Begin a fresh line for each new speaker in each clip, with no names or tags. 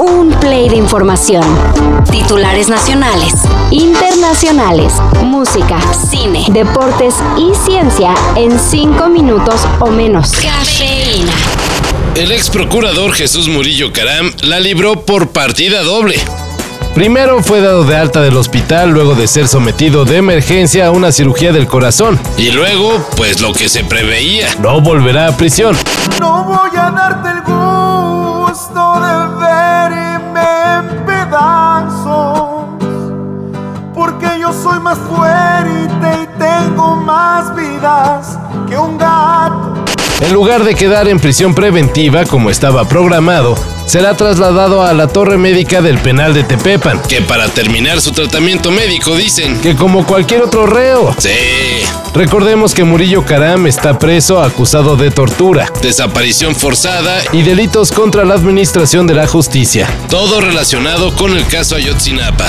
Un play de información. Titulares nacionales, internacionales, música, cine, deportes y ciencia en cinco minutos o menos. Cafeína.
El ex procurador Jesús Murillo Caram la libró por partida doble. Primero fue dado de alta del hospital luego de ser sometido de emergencia a una cirugía del corazón. Y luego, pues lo que se preveía, no volverá a prisión.
No voy a darte el gusto de verme en pedazos, porque yo soy más fuerte y tengo más vidas que un gato.
En lugar de quedar en prisión preventiva como estaba programado, será trasladado a la torre médica del penal de Tepepan. Que para terminar su tratamiento médico dicen que como cualquier otro reo. Sí. Recordemos que Murillo Caram está preso acusado de tortura, desaparición forzada y delitos contra la administración de la justicia. Todo relacionado con el caso Ayotzinapa.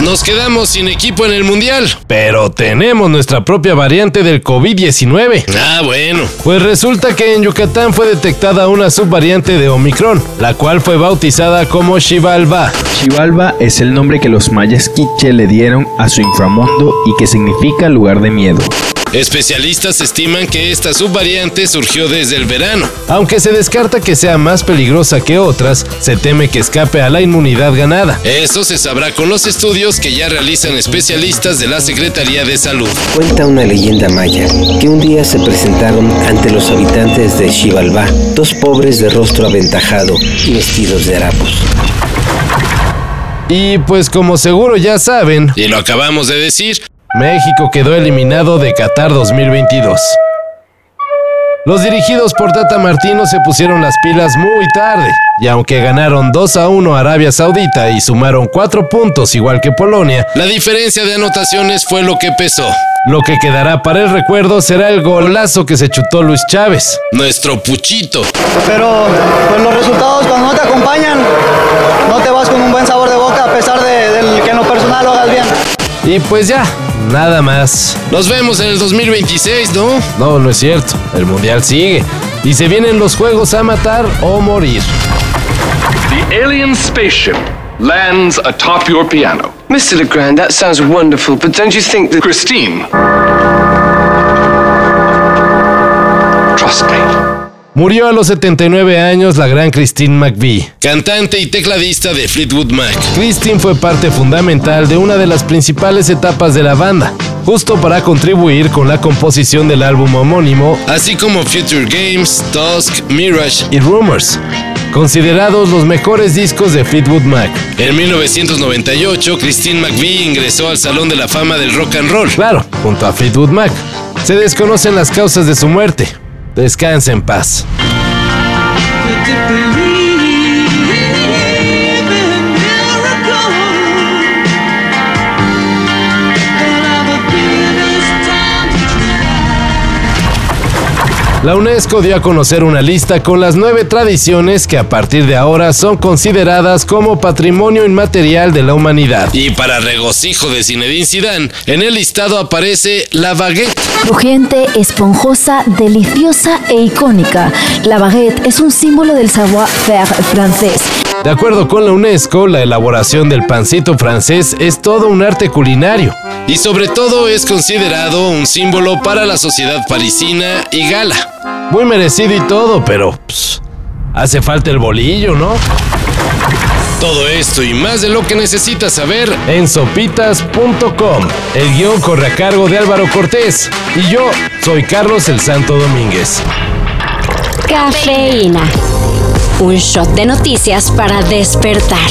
Nos quedamos sin equipo en el Mundial. Pero tenemos nuestra propia variante del COVID-19. Ah, bueno. Pues resulta que en Yucatán fue detectada una subvariante de Omicron, la cual fue bautizada como Shivalba.
Chivalba es el nombre que los mayas quiche le dieron a su inframundo y que significa lugar de miedo.
Especialistas estiman que esta subvariante surgió desde el verano. Aunque se descarta que sea más peligrosa que otras, se teme que escape a la inmunidad ganada. Eso se sabrá con los estudios que ya realizan especialistas de la Secretaría de Salud.
Cuenta una leyenda maya que un día se presentaron ante los habitantes de Xibalbá dos pobres de rostro aventajado y vestidos de harapos.
Y pues como seguro ya saben, y lo acabamos de decir, México quedó eliminado de Qatar 2022. Los dirigidos por Tata Martino se pusieron las pilas muy tarde, y aunque ganaron 2 a 1 a Arabia Saudita y sumaron 4 puntos igual que Polonia, la diferencia de anotaciones fue lo que pesó. Lo que quedará para el recuerdo será el golazo que se chutó Luis Chávez. Nuestro puchito.
pero pues los resultados cuando no te acompañan, no te vas con un buen sabor de boca a pesar de, del que en lo personal lo hagas bien.
Y pues ya, nada más. Nos vemos en el 2026, ¿no? No, no es cierto. El mundial sigue. Y se vienen los juegos a matar o morir.
The alien spaceship lands atop your piano.
Mr. Legrand, that sounds wonderful, but don't you think that
Christine. Trust me.
Murió a los 79 años la gran Christine McVie, cantante y tecladista de Fleetwood Mac. Christine fue parte fundamental de una de las principales etapas de la banda, justo para contribuir con la composición del álbum homónimo, así como Future Games, Tusk, Mirage y Rumors. Considerados los mejores discos de Fleetwood Mac. En 1998, Christine McVie ingresó al Salón de la Fama del Rock and Roll. Claro, junto a Fleetwood Mac. Se desconocen las causas de su muerte. Descansa en paz. La UNESCO dio a conocer una lista con las nueve tradiciones que a partir de ahora son consideradas como patrimonio inmaterial de la humanidad. Y para regocijo de Zinedine Zidane, en el listado aparece la baguette.
Crujiente, esponjosa, deliciosa e icónica, la baguette es un símbolo del savoir-faire francés.
De acuerdo con la UNESCO, la elaboración del pancito francés es todo un arte culinario. Y sobre todo es considerado un símbolo para la sociedad parisina y gala. Muy merecido y todo, pero pues, hace falta el bolillo, ¿no? Todo esto y más de lo que necesitas saber en sopitas.com. El guión corre a cargo de Álvaro Cortés. Y yo soy Carlos el Santo Domínguez.
Cafeína. Un shot de noticias para despertar.